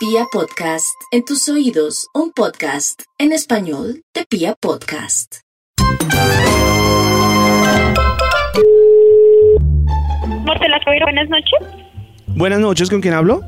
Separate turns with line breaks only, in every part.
Pia Podcast, en tus oídos, un podcast en español de Pia Podcast.
Mortela Cabero, buenas noches.
Buenas noches, ¿con quién hablo?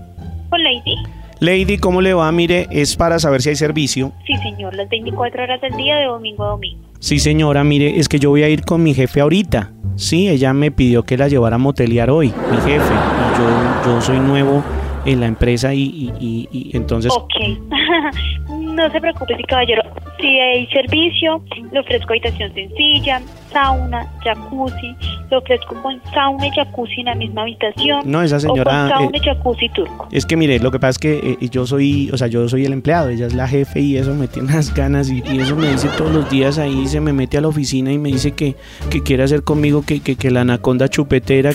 Con Lady.
Lady, ¿cómo le va? Mire, es para saber si hay servicio.
Sí, señor, las 24 horas del día de domingo a domingo.
Sí, señora, mire, es que yo voy a ir con mi jefe ahorita. Sí, ella me pidió que la llevara a motelear hoy, mi jefe. Y yo, yo soy nuevo en la empresa y, y- y- y entonces...
Ok. no se preocupe, sí, caballero. Si hay servicio, le ofrezco habitación sencilla, sauna, jacuzzi. Le ofrezco con sauna y jacuzzi en la misma habitación.
No, esa señora,
O con sauna
eh,
y jacuzzi turco.
Es que mire, lo que pasa es que eh, yo soy, o sea, yo soy el empleado, ella es la jefe y eso me tiene las ganas y, y eso me dice todos los días ahí, se me mete a la oficina y me dice que, que quiere hacer conmigo que, que, que la anaconda chupetera,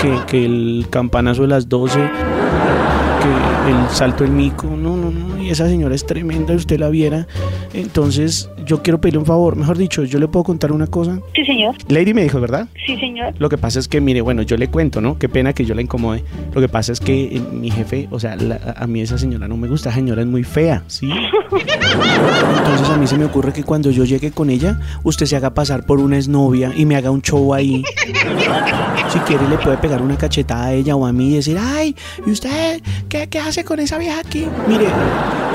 que, que el campanazo de las 12, que el salto del mico, no, no, no, y esa señora es tremenda, usted la viera. Entonces, yo quiero pedirle un favor, mejor dicho, yo le puedo contar una cosa.
Sí, señor.
Lady me dijo, ¿verdad?
Sí, señor.
Lo que pasa es que, mire, bueno, yo le cuento, ¿no? Qué pena que yo la incomode. Lo que pasa es que eh, mi jefe, o sea, la- a mí esa señora no me gusta, esa señora es muy fea, ¿sí? Entonces a mí se me ocurre que cuando yo llegue con ella, usted se haga pasar por una exnovia y me haga un show ahí. Si quiere le puede pegar una cachetada a ella o a mí y decir, ay, ¿y usted qué, qué hace con esa vieja aquí? Mire,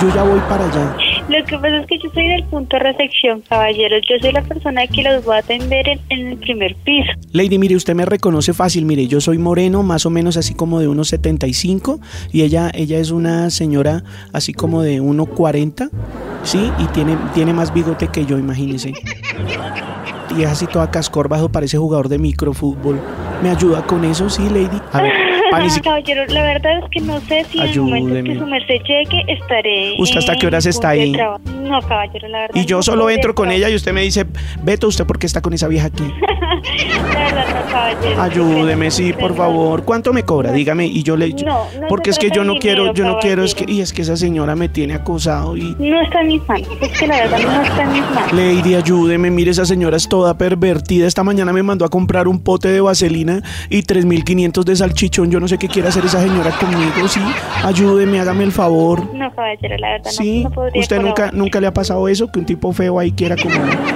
yo ya voy para allá.
Lo que pasa es que yo soy del punto de recepción, caballero. Yo soy la persona que los va a atender en, en el primer piso.
Lady, mire, usted me reconoce fácil, mire, yo soy moreno, más o menos así como de unos 75 y ella, ella es una señora así como de 1,40, ¿sí? Y tiene, tiene más bigote que yo, imagínese. Y es así toda cascorbajo, parece jugador de microfútbol. ¿Me ayuda con eso? Sí, Lady. A ver, pa' Ah, ni si-
Caballero, la verdad es que no sé si en el momento en que
Ayúdeme.
su merced llegue estaré.
¿Usted hasta qué
en
horas está
punto de
ahí?
trabajo. No, caballero, la verdad.
Y yo
no
solo
sé
entro
de
con
trabajo.
ella y usted me dice, Beto, ¿usted por qué está con esa vieja aquí?
La verdad, no, caballero.
Ayúdeme, sí,
Pero-
por favor. ¿Cuánto me cobra? Dígame y yo le yo-
No, no
porque
se
es que
trata
yo
de
no quiero,
dinero,
yo no quiero es que
caballero.
y es que esa señora me tiene acosado y
No está en mis manos. Es que la verdad no está en mis manos.
Lady, ayúdeme, mire, esa señora es toda pervertida. Esta mañana me mandó a comprar un pote de vaselina y 3.500 de salchichón. Yo no sé qué quiere hacer esa señora conmigo, sí. Ayúdeme, hágame el favor.
No, caballero, la verdad
Sí,
no, no podría.
usted nunca,
colaborar.
nunca le ha pasado eso, que un tipo feo ahí quiera como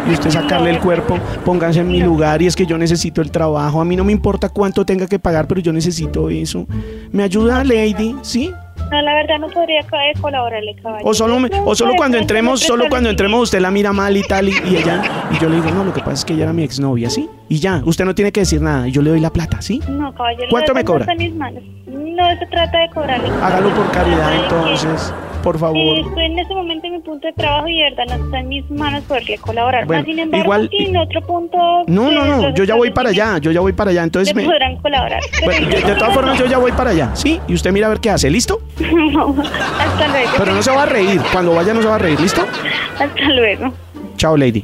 y usted sacarle el cuerpo, pónganse en mi lugar y es que yo necesito el trabajo, a mí no me importa cuánto tenga que pagar, pero yo necesito eso. ¿Me ayuda, Lady? ¿Sí?
No, la verdad no podría co- eh, colaborarle, caballero.
O solo, me-
Pues, No,
o solo
de
cuando
pronto
entremos,
me
solo
presta
cuando
los
entremos usted la mira mal y tal, y, y ella, y yo le digo, no, lo que pasa es que ella era mi exnovia, ¿sí? Y ya, usted no tiene que decir nada, yo le doy la plata, ¿sí?
No, caballero.
¿Cuánto
la
me
verdad
cobra?
No, está en mis manos. no se trata de cobrarle.
Hágalo por caridad
Ay, que-
entonces, por
Eh,
favor.
estoy en este momento en mi punto de trabajo y de verdad no está en mis manos poderle colaborar.
Bueno,
Más sin embargo,
igual-
si en otro punto.
No,
eh,
no, no,
los
yo ya voy
establecimientos
para allá, yo ya voy para allá, entonces
Le
me...
podrán colaborar. Pero
Bueno, de,
yo-
de todas formas, yo ya voy para allá, ¿sí? Y usted mira a ver qué hace, ¿listo?
No, hasta luego.
Pero no se va a reír, cuando vaya no se va a reír, ¿listo?
Hasta luego.
Chao, lady.